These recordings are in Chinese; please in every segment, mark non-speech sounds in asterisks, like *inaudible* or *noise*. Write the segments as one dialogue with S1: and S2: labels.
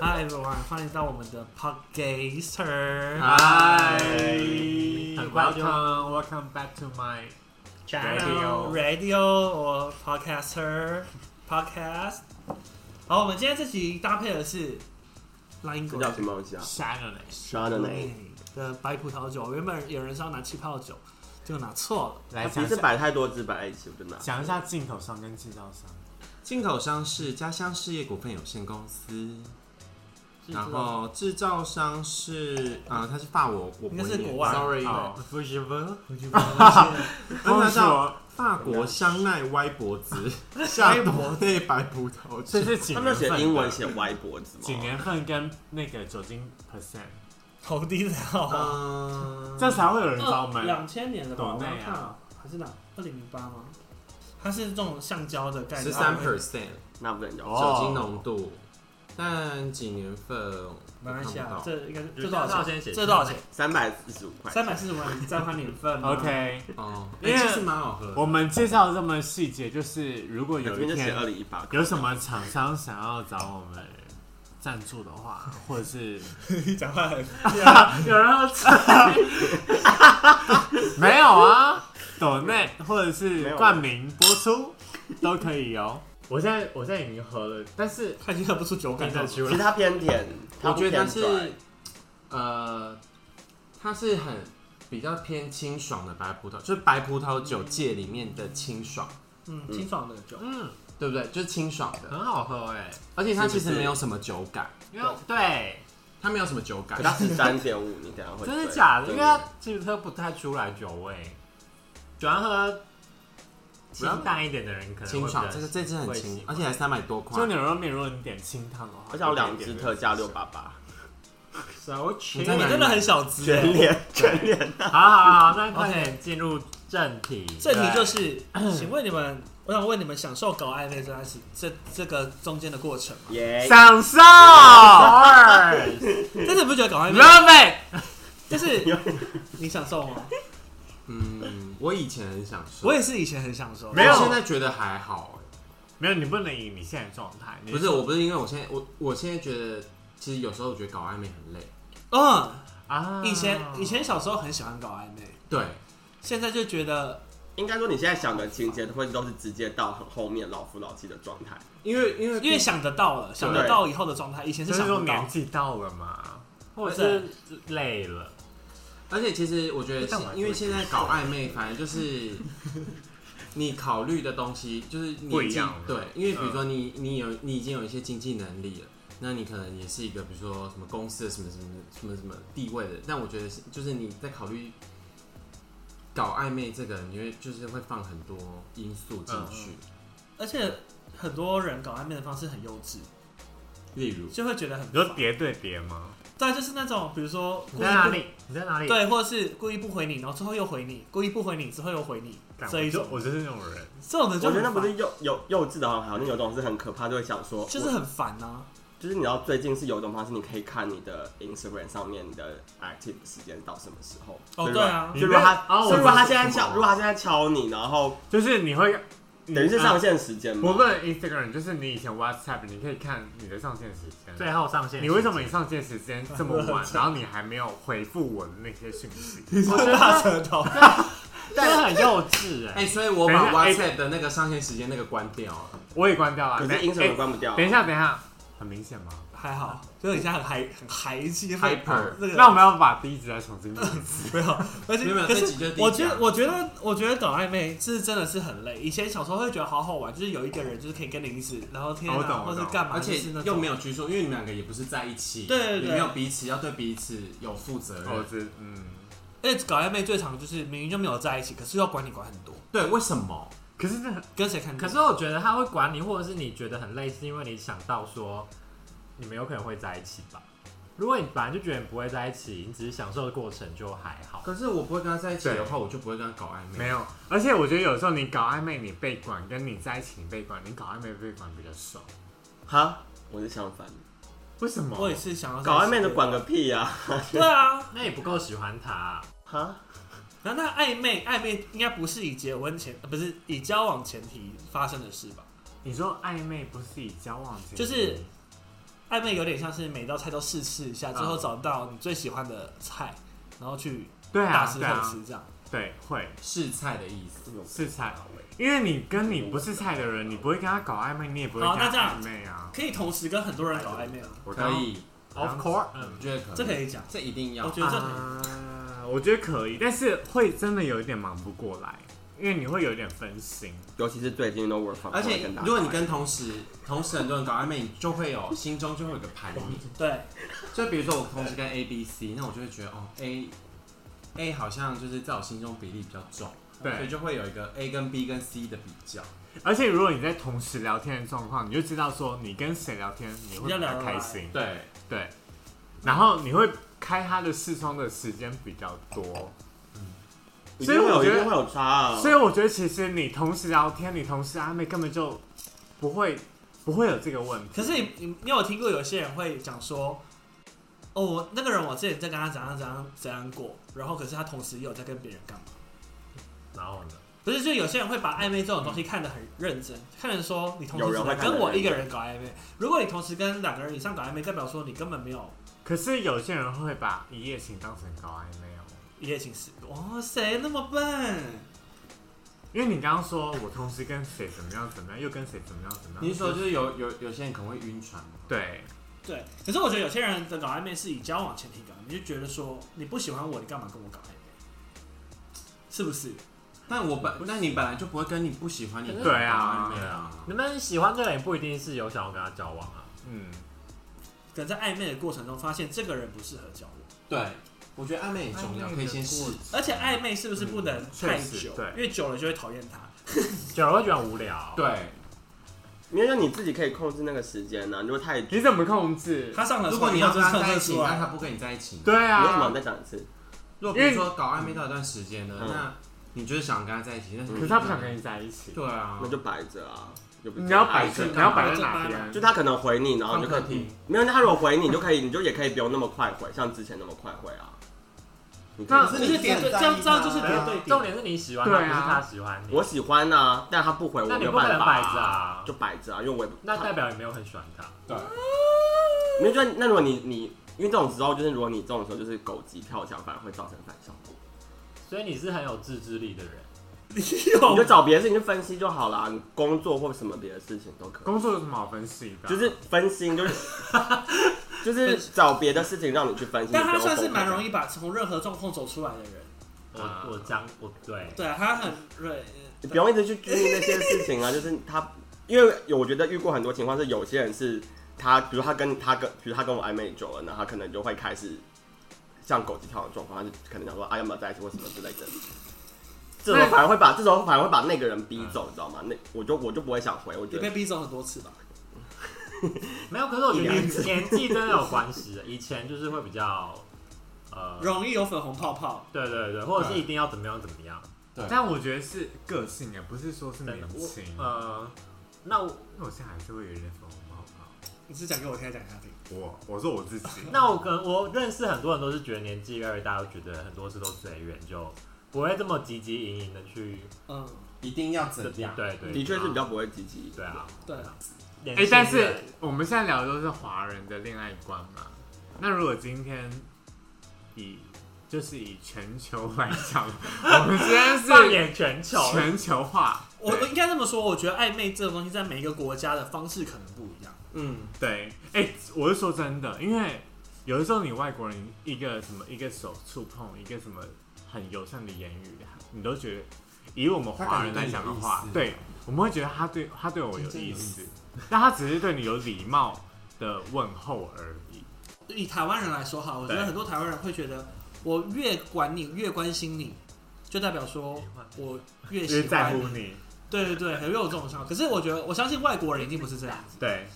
S1: Hi everyone，欢迎到我们的 Podcaster。
S2: 嗨
S3: Welcome, welcome back to my
S1: Channel Radio 我 Podcaster Podcast。好，我们今天这集搭配的是拉英
S2: 这
S1: 国
S2: 叫什么东西啊
S3: Saturdays，
S2: s h a n a n
S1: 嗯的白葡萄酒。原本有人是要拿气泡酒，结果拿错了。
S3: 来
S2: 其
S3: 讲一
S2: 实
S3: 下
S2: 摆太多只摆在一起，我啊就拿。
S3: 讲一下进口商跟制造商。
S4: 进口商是家乡事业股份有限公司，
S1: 是
S4: 然后制造商是啊、它是法国，我不
S1: 应该
S4: 会
S1: 是
S4: 念
S1: 国外
S4: ，sorry，
S3: 好
S4: 不是不是，
S1: 我觉得
S4: 它
S1: 哦
S4: 叫法国香奈歪脖
S1: *laughs*
S4: 子，
S3: 下
S4: 国内白葡萄
S3: 这
S4: 酒，
S3: 是几
S2: 他
S3: 年
S2: 们
S3: 份
S2: 有写
S3: 的？
S2: 英文写歪脖子
S3: 几
S2: 吗？
S3: 年份跟那个酒精 percent，
S1: 头低的好。
S4: 嗯，
S3: 这才会有人找我们。
S1: 两千年的吧？
S3: 懂
S1: 我
S3: 内
S1: 要
S3: 啊
S1: 看啊，还是哪？二零零八吗？它是这种橡胶的概念，
S4: 十三 percent
S2: 那不能叫。
S3: 哦
S4: 酒精浓度，但几年份
S1: 没关系啊
S4: 我看，不
S1: 这应该是
S5: 这
S1: 这多
S5: 多
S1: 少
S5: 少
S1: 钱？
S5: 钱？
S1: 这多少钱？
S2: 三百四十五块，
S1: 三百四十万，你占它年份啊吗
S3: *laughs* OK，
S4: 哦，
S3: 因
S4: 哎、
S3: 为
S4: 其实蛮好喝的，
S3: 我们介绍的这么细节，就是如果
S2: 这
S3: 有
S2: 边
S3: 一
S2: 就写
S3: 天
S2: 二零一八。
S3: 有什么厂商想要找我们赞助的话，或者是
S1: 你讲话 *laughs* 很
S3: 有人要吃？没有啊，抖内或者是冠名播出都可以哦。我现在我现在已经喝了，但是
S1: 看起来不出酒
S3: *laughs*
S1: 感
S3: 看
S1: 了
S3: 得出
S2: 其实它偏甜，它
S4: 我
S2: 不
S4: 觉得它
S2: 偏
S4: 是
S2: 拽。
S4: 呃，它是很比较偏清爽的白葡萄，就是白葡萄酒界里面的清爽，
S1: 嗯，清爽的酒。
S3: 嗯
S4: 对不对？就是清爽的，
S3: 很好喝哎、
S4: 而且它其实
S2: 是不是
S4: 没有什么酒感，
S3: 因为对，
S4: 它没有什么酒感
S2: 可，它十三点五，你等一下会
S3: 真的
S2: 醉
S3: 假的？因
S2: 真
S3: 为它其实喝不太出来酒味，喜欢喝比较淡一点的人可能
S4: 清爽，这
S3: 这
S4: 个
S3: 个
S4: 这支很
S3: 会喜
S4: 清
S3: 欢，
S4: 而且还三百多块
S3: 就。牛肉面，如果你点清汤的话，
S2: 而且有两只特价六八八，
S3: 手
S4: 你
S3: 起。
S4: 在
S1: 你
S4: 哪里
S1: 真的很小资欸。
S2: 全脸全啊脸。
S3: 好好好，那快
S1: OK
S3: 点进入正题。
S1: 这题就是，请问你们，我想问你们，享受搞暧昧这段时这这个中间的过程吗？
S2: 耶！
S3: 享受，love
S1: 真的不觉得搞暧昧，
S3: it，
S1: 就是你享受吗？
S4: 嗯，我以前很享受，
S1: 我也是以前很享受，
S3: 没有
S4: 我现在觉得还好、
S3: 没有，你不能以你现在的状态，
S4: 哎
S3: 你
S4: 不是，我不是因为我现在我我现在觉得，其实有时候我觉得搞暧昧很累，
S1: 嗯，
S3: 啊，
S1: 以前以前小时候很喜欢搞暧昧，
S4: 对，
S1: 现在就觉得
S2: 应该说你现在想的情节会都是直接到很后面老夫老妻的状态。
S4: 因为因为
S1: 因为想得到了，想得到以后的状态，以前
S3: 就是是
S1: 想
S3: 说
S1: 不到
S3: 年。纪到了嘛，或者是累了，
S4: 而且其实我觉得
S3: 但我
S4: 现
S3: 还，是
S4: 因为现在搞暧昧，反正就是你考虑的东西就是
S3: 不
S4: 年
S3: 一
S4: 纪
S3: 样
S4: 对，因为比如
S1: 嗯
S4: 说你你有你已经有一些经济能力了，那你可能也是一个比如说什么公司的什么什么什么什么地位的，但我觉得是就是你在考虑搞暧昧这个，你会就是会放很多因素
S1: 嗯
S4: 进去，
S1: 而且很多人搞暧昧的方式很幼稚，
S4: 例如
S1: 就会觉得很
S3: 你说
S1: 烦。
S3: 叠对叠吗？
S1: 对，就是那种比如说
S3: 你
S1: 故意
S3: 在哪
S1: 不
S3: 里？你在哪里？
S1: 对，或者是故意不回你，然后之后又回你，故意不回你之后又回你，
S3: 干，
S1: 这一种
S3: 我就我就是那种人，
S1: 这种的
S2: 我
S1: 就
S2: 觉得
S1: 很
S2: 那不
S1: 烦
S2: 是幼幼幼稚的很好，那有种是很可怕，就会想说，
S1: 就是很烦啊呐、
S2: 就是你知道最近是有一种方式，你可以看你的 Instagram 上面你的 active 时间到什么时候。
S1: 哦，
S2: 对
S1: 对啊，
S2: 就如果他，
S3: 哦我
S2: 就如果他
S3: 知
S2: 现
S3: 道
S2: 在敲，如果他现在敲你，然后
S3: 就是你会
S2: 等于是上线时间
S3: 不
S2: 嘛？
S3: 论 Instagram，就是你以前 WhatsApp，你可以看你的上线时间。
S5: 最后上线。
S3: 你为什么你上线时间这么 *laughs* 晚，然后你还没有回复我的那些讯息？
S1: 我觉得大舌
S3: *laughs*
S1: 头，
S3: 真的很幼稚
S4: 哎、
S3: 哎！
S4: 所以我
S3: 等一
S4: 把
S3: 下哎
S4: WhatsApp 的那个上线时间那个关掉啊了，
S3: 我也关掉了。
S2: 可是
S3: 等
S2: Instagram
S3: 哎
S2: 关不掉。啊
S3: 等一下，等一下，很明显吗？
S1: 还好，就是你现在很嗨，很嗨气
S4: Hyper
S1: 那个
S3: 那我们要把第一集再重新录一次。
S5: *laughs*
S1: 没有，而且
S4: 没有没有
S1: 可
S4: 这集就是是第一
S1: 我觉得
S4: 讲
S1: 我觉得我觉得搞暧昧是真的是很累。以前小时候会觉得好好玩，就是有一个人就是可以跟你一直聊天
S3: 哦我
S1: 啊，
S3: 懂
S1: 或
S3: 我
S1: 是
S3: 懂
S1: 干嘛，
S4: 而且
S1: 就是那
S4: 又
S1: 种
S4: 没有拘束，因为你们两个也不是在一起，
S1: 对对对
S4: 你没有彼此要对彼此有负责任。
S3: 我知，嗯。
S1: 而且搞暧昧最常就是明明就没有在一起，可是要管你管很多，
S4: 对，为什么？
S3: 可是那
S1: 跟谁看？
S5: 可是我觉得他会管你，或者是你觉得很累，是因为你想到说你们有可能会在一起吧。如果你本来就觉得你不会在一起，你只是享受的过程就还好。
S4: 可是我不会跟他在一起的
S3: 对
S4: 话，我就不会跟他搞暧昧。
S3: 没有，而且我觉得有时候你搞暧昧你被管，跟你在一起你被管，你搞暧昧被管比较爽。
S2: 哈，我是相反，
S3: 为什么？
S1: 我也是想要
S2: 搞暧昧
S1: 的
S2: 的管个屁呀！
S1: 啊对啊，
S5: 那也不够喜欢他、啊
S2: 哈，
S1: 然后那暧昧暧昧应该不是以结婚前，呃不是以交往前提发生的事吧？
S3: 你说暧昧不是以交往前提
S1: 就是暧昧有点像是每道菜都试吃一下，
S6: 嗯
S1: 最后找到你最喜欢的菜，然后去
S6: 对
S1: 大
S6: 啊，
S1: 吃
S6: 对
S1: 特
S6: 啊，
S1: 吃这样。
S6: 对，会
S4: 试菜的意思。
S6: 是菜，因为你跟你不是菜的人，你不会跟他搞暧昧，你也不会
S1: 好
S6: 跟他
S1: 那这样
S6: 暧昧啊。
S1: 可以同时跟很多人搞暧昧啊吗？
S6: 我
S4: 可以，
S3: Of course，
S4: 我觉得可以，
S1: 这可以讲，
S4: 这一定
S1: 我
S4: 要。
S1: 觉得这可以。
S6: 嗯啊，我觉得可以，但是会真的有一点忙不过来，因为你会有一点分心。
S2: 尤其是最近都 work from home，
S4: 而且
S2: 跟大家
S4: 如果你跟同时同时很多人搞暧昧，你就会有心中就会有个排 *laughs* 名。
S1: 对，
S4: 就比如说我同时跟 A、B、C，那我就会觉得哦 A A 好像就是在我心中比例比较重，所以
S6: 对，
S4: 就会有一个 A 跟 B 跟 C 的比较。
S6: 而且如果你在同时聊天的状况，你就知道说你跟谁聊天你会
S1: 比较聊嗯
S6: 比较
S1: 得来
S6: 开心，
S4: 对，
S6: 对，然后你会开他的视窗的时间比较多。
S2: 一
S6: 所以
S2: 定会有
S6: 我觉得
S2: 一定会有差啊。
S1: 嗯
S6: 所以我觉得其实你同时聊天，你同时暧昧根本就不会不会有这个问题。
S1: 可是你你你有听过有些人会讲说，哦，我那个人我之前在跟他怎样怎样怎样过，然后可是他同时也有在跟别人干嘛？
S3: 然后呢？
S1: 不是，就有些人会把暧昧这种东西看得很认真，看成说你同时
S2: 嗯有
S1: 只
S2: 人会
S1: 能
S2: 看得
S1: 跟我
S2: 很
S1: 一个人搞暧昧。如果你同时跟两个人以上搞暧昧，代表说你根本没有
S6: 可是有些人会把一夜情当成搞暧昧哦，
S1: 一夜情史。哇、谁那么笨？
S6: 因为你刚刚说我同时跟谁怎么样怎么样，又跟谁怎么样怎么样。
S4: 你是说就是有有有些人可能会晕船吗？
S6: 对，
S1: 对，可是我觉得有些人的搞暧昧是以交往前提搞，你就觉得说你不喜欢我，你干嘛跟我搞暧昧？是不是？
S4: 但我本那你本来就不会跟你不喜欢你的人
S6: 对啊
S4: 搞暧昧啊。
S3: 你们喜欢这个人不一定是有想要跟他交往啊。
S6: 嗯，
S1: 可能在暧昧的过程中发现这个人不适合交往。
S4: 对，我觉得暧昧很重要，可以先试。
S1: 而且暧昧是不是不能太久？
S6: 嗯确实对
S1: 因为久了就会讨厌他。
S3: 久了会觉得很无聊。，
S4: 对，
S2: 因为就你自己可以控制那个时间呐、啊如果太久，
S6: 你怎么控制？
S1: 他上了
S4: 如果你要跟
S1: 跟
S4: 他在一起，那他
S1: 啊，
S4: 不跟你在一起，
S6: 对
S2: 你为什么
S6: 啊
S2: 要，再讲一次？
S4: 如果比如说搞暧昧到一段时间呢，
S2: 嗯
S4: 那你就是想跟他在一起，但是
S6: 可是他不想跟你在一起，
S4: 对啊，
S2: 那就摆着啊，就比较
S6: 你要摆
S2: 爱着
S6: 在
S4: 着
S6: 你要摆在哪边？
S2: 就他可能回你，然后你就可
S4: 放客
S2: 以
S4: 厅
S2: 没有。那他如果回你，你就可以，你就也可以不用那么快回，像之前那么快回啊。你可以
S6: 那
S1: 可
S4: 可
S1: 是
S4: 是
S1: 你
S4: 你
S1: 叠
S4: 点
S1: 对，
S4: 对
S1: 这
S4: 这
S1: 样
S4: 样
S1: 这
S4: 这
S1: 样
S4: 样
S1: 就
S4: 就是是
S1: 叠
S4: 叠
S1: 对
S4: 对
S1: 叠。
S3: 重点是你喜欢他，
S6: 对
S3: 不是
S6: 啊
S3: 他喜欢你。
S2: 啊我喜欢啊，但他不回我，
S3: 那你
S2: 没有
S3: 不可
S2: 办
S3: 能
S2: 法、
S3: 摆着啊
S2: 就摆着啊，因为我也不
S3: 那代表也没有很喜欢他。
S4: 对，
S2: 没有就那如果你你因为这种时候就是如果你这种时候就是狗急跳墙，反而会造成反效果。
S3: 所以你是很有自制力的人。
S1: 你
S2: 你就
S1: 有
S2: 找别的事情去分析就好啦，你工作或什么别的事情都可以，
S6: 工作有什么好分析的？
S2: 就是分心，就是就是找别的事情让你去分析。
S1: 但他
S2: 你不
S1: 算
S2: 用
S1: 是蛮容易
S2: 后悔
S1: 把从任何状况走出来的人。
S3: 我
S6: 啊
S3: 我将我对，
S1: 对啊，他很对，
S2: 你不用一直去拘泥那些事情啊， *laughs* 就是他，因为有我觉得遇过很多情况是有些人是他，比如他跟他跟，比如他跟我暧昧久了，然后他可能就会开始像狗急跳墙的状况，他就可能想说啊要不要在一起或什么之类的。这种反而会把这种反而会把那个人逼走，你知道吗？那我就我就不会想回，我觉
S1: 也被
S2: 得
S1: 逼走很多次吧。
S3: 没有。可是我觉得
S2: 一两
S3: 年年纪真的有关系的。以前就是会比较呃，
S1: *laughs* 容易有粉红泡泡，
S3: 对对对，或者是一定要怎么样怎么样。
S6: 但我觉得是个性啊，不是说是
S3: 真
S6: 年
S3: 的，
S6: 轻。
S3: 我呃，那我
S6: 那我现在还是会有一点粉红泡泡。
S1: 你是讲给我听，还是讲给他听？
S6: 我我说我自己，
S3: 那我跟我认识很多人都是觉得年纪越来越大，都觉得很多事都随缘，就不会这么积极营营的去。
S1: 嗯，
S4: 一定要怎样？
S3: 对对，
S2: 的确是比较不会积极。
S3: 对啊，
S1: 对
S3: 啊。
S6: 哎、
S3: 哎
S6: 但是我们现在聊的都是华人的恋爱观嘛。那如果今天以就是以全球来 *laughs* 讲，我们今天
S3: 放
S6: 是
S3: 眼全球，
S6: 全球化，
S1: 我我
S6: 对
S1: 应该这么说，我觉得暧昧这个东西在每一个国家的方式可能不一样。
S4: 嗯，
S6: 对，哎、我是说真的，因为有的时候你外国人一个什么一个手触碰，一个什么很友善的言语，你都觉得以我们华人来讲的
S4: 他
S6: 话
S4: 可能对你有意，思
S6: 对，我们会觉得他对他对我有
S4: 真正有
S6: 意
S4: 意
S6: 思
S4: 思，
S6: 但他只是对你有礼貌的问候而已。
S1: 以台湾人来说哈，我觉得
S6: 对
S1: 很多台湾人会觉得，我越管你，越关心你，就代表说我越
S6: 就是
S1: 喜
S6: 在
S1: 欢
S6: 乎
S1: 你。
S6: 你，
S1: 对对对，很有这种想法。可是我觉得，我相信外国人一定不是这样子。
S6: 对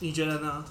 S1: 你觉得呢？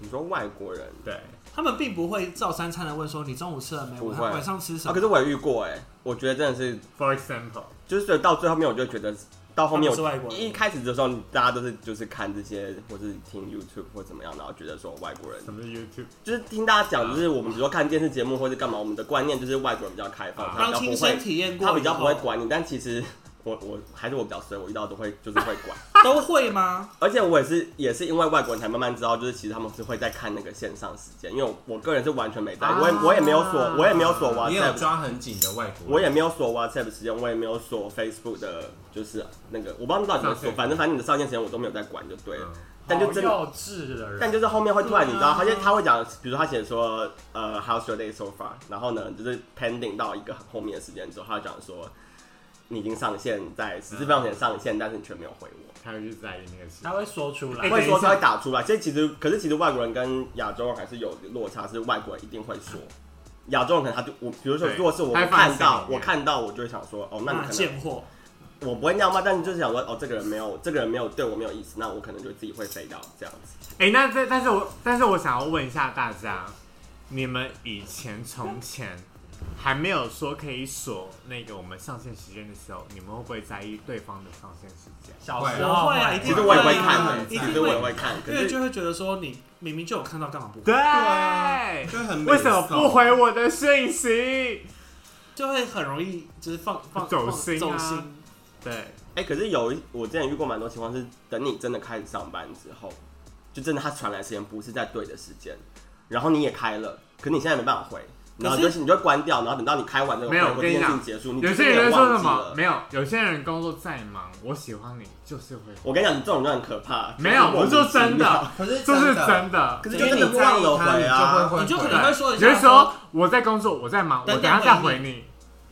S2: 你说外国人
S6: 对，
S1: 他们并不会照三餐的问说你中午吃了没，
S2: 不
S1: 晚
S2: 会
S1: 晚上吃什
S2: 啊，
S1: 么。
S2: 可是我也遇过哎、我觉得真的是，
S6: For example，
S2: 就是到最后面我就觉得到后面
S1: 他们是外
S2: 我
S1: 国人
S2: 一开始的时候，大家都是就是看这些或是听 YouTube 或怎么样，然后觉得说外国人
S6: 什么是 YouTube？
S2: 就是听大家讲，就是我们比如说看电视节目或者干嘛，我们的观念就是外国人比较开放，
S6: 啊
S2: 他
S1: 当
S2: 比较
S1: 亲
S2: 不
S1: 身
S2: 会，
S1: 体验过以
S2: 他
S1: 后，
S2: 比较不会管你，但其实我我还是我比较衰，我遇到都会就是会管，
S1: 都会吗？
S2: 而且我也是也是因为外国人才慢慢知道，就是其实他们是会在看那个线上时间，因为我我个人是完全没
S1: 啊
S2: 在，我也我也没有锁，我也没有锁
S4: 也有
S2: WhatsApp，
S4: 抓很紧的外国人，
S2: 我也没有锁 WhatsApp 时间，我也没有锁 Facebook 的，就是那个我不知道你到底怎么锁，
S6: 上线
S2: 反正反正你的上线时间我都没有在管就对
S6: 嗯
S2: 了。但
S3: 好
S6: 哦
S2: 就真的
S3: 幼稚的人，
S2: 但就是后面会突然你知道，他就
S6: 嗯
S2: 他会讲，比如说他写说呃 How's your day so far，然后呢就是 pending 到一个很后面的时间之后，他就讲说你已经上线在十四分钟前上线，但是你却没有回我，
S6: 他会去在意那个事
S3: 他。会说出来
S6: 哎，
S2: 会说
S6: 等一下
S2: 他会打出来。所以其实可是其实外国人跟亚洲人还是有落差，是外国人一定会说。亚洲人可能他就我，比如说，
S6: 对
S2: 如果是我
S6: 他会放
S2: 看
S6: 在心里啊
S2: 到我
S6: 面
S2: 看到，我就会想说，哦，那你
S1: 那
S2: 可能
S1: 贱货，
S2: 我不会那样骂，但你就是想说，哦，这个人没有，这个人没有对我没有意思，那我可能就自己会飞到这样子。
S6: 哎、那这但是我但是我想要问一下大家，你们以前从前还没有说可以锁那个我们上线时间的时候，你们会不会在意对方的上线时间？
S3: 小时
S1: 我
S3: 候
S1: 会啊一定
S2: 其实我也会看
S1: 啊
S2: 的，
S1: 一
S2: 其
S1: 定
S2: 实我也
S1: 会
S2: 会看，可
S1: 因为
S2: 是
S1: 就会觉得说你明明就有看到，干嘛不回？
S6: 对，
S4: 啊就很
S6: 为什么不回我的讯息？
S1: 就会很容易就是放放
S6: 走
S1: 放
S6: 心啊
S1: 走心。
S6: 对，
S2: 哎、可是有一我之前遇过蛮多情况是，等你真的开始上班之后，就真的他传来的时间不是在对的时间，然后你也开了，可你现在没办法回，然后
S1: 可
S2: 你
S1: 是
S2: 就是你就会关掉，然后等到你开完这个
S6: 没有
S2: 会
S6: 我
S2: 或
S6: 跟
S2: 这
S6: 你
S2: 件事
S6: 讲
S2: 情结束，你
S6: 有
S2: 就
S6: 些
S2: 有
S6: 人
S2: 点
S6: 说什
S2: 忘记
S6: 么
S2: 了。
S6: 没有，有些人工作再忙，我喜欢你就是会。
S2: 我跟你讲，你这种就很可怕。
S6: 没有，
S2: 莫
S6: 我
S2: 名
S6: 说
S2: 其妙
S6: 真，的，
S4: 可是
S6: 这是
S4: 的，
S6: 真的。
S2: 可是
S4: 因
S2: 就
S4: 为
S2: 真的
S4: 你
S2: 不
S4: 在
S2: 让
S4: 意
S2: 我
S4: 他，
S2: 回
S4: 你
S2: 啊
S4: 就。会回，
S1: 你就可能会说一
S6: 你
S1: 下
S6: 就说我在工作，我在忙，我等下再回你，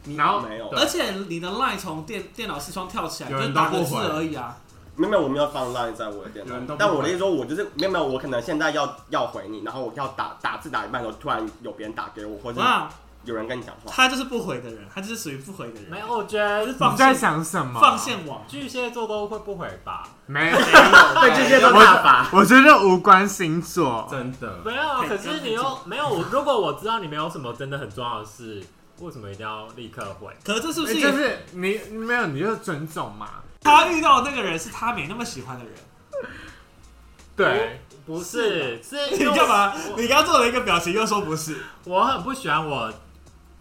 S4: 你
S6: 然后
S2: 没有
S6: 对
S1: 而且你的 line 从电电脑视窗跳起来，
S4: 有
S1: 就
S4: 人
S1: 打
S4: 都
S1: 个
S4: 不
S1: 字
S4: 回
S1: 而已啊。
S2: 没有没有，我没有放浪在我的电
S4: 有人都
S2: 脑
S4: 不。
S2: 但我的意思说，我就是没有没有，我可能现在要要回你，然后我要打打字打一半的时候，突然有别人打给我，或者
S1: 那
S2: 有人跟你讲话。
S1: 他就是不回的人，他就是属于不回的人。
S3: 没有，我觉
S1: 他
S3: 得
S1: 是
S6: 你
S1: 放
S6: 在
S1: 线
S6: 想什么？
S1: 放线网，
S3: 巨蟹座都会不回吧？
S6: 没有，
S2: 对，这些都
S6: 我
S2: 大法。
S6: 我觉得无关星座。
S4: 真的，
S3: 没有，
S1: 太
S3: 可是你
S1: 太
S3: 又没有。如果我知道你没有什么真的很重要的事，为什么一定要立刻回？
S1: 可是这是不
S6: 欸哎就是是你你没有，你就尊重嘛。
S1: 他遇到的那个人是他没那么喜欢的人？
S6: 对，
S3: 不是，是
S1: *laughs* 你
S3: 因为
S1: 干嘛？
S3: 我
S1: 你刚做了一个表情，又说不是。
S3: 我很不喜欢我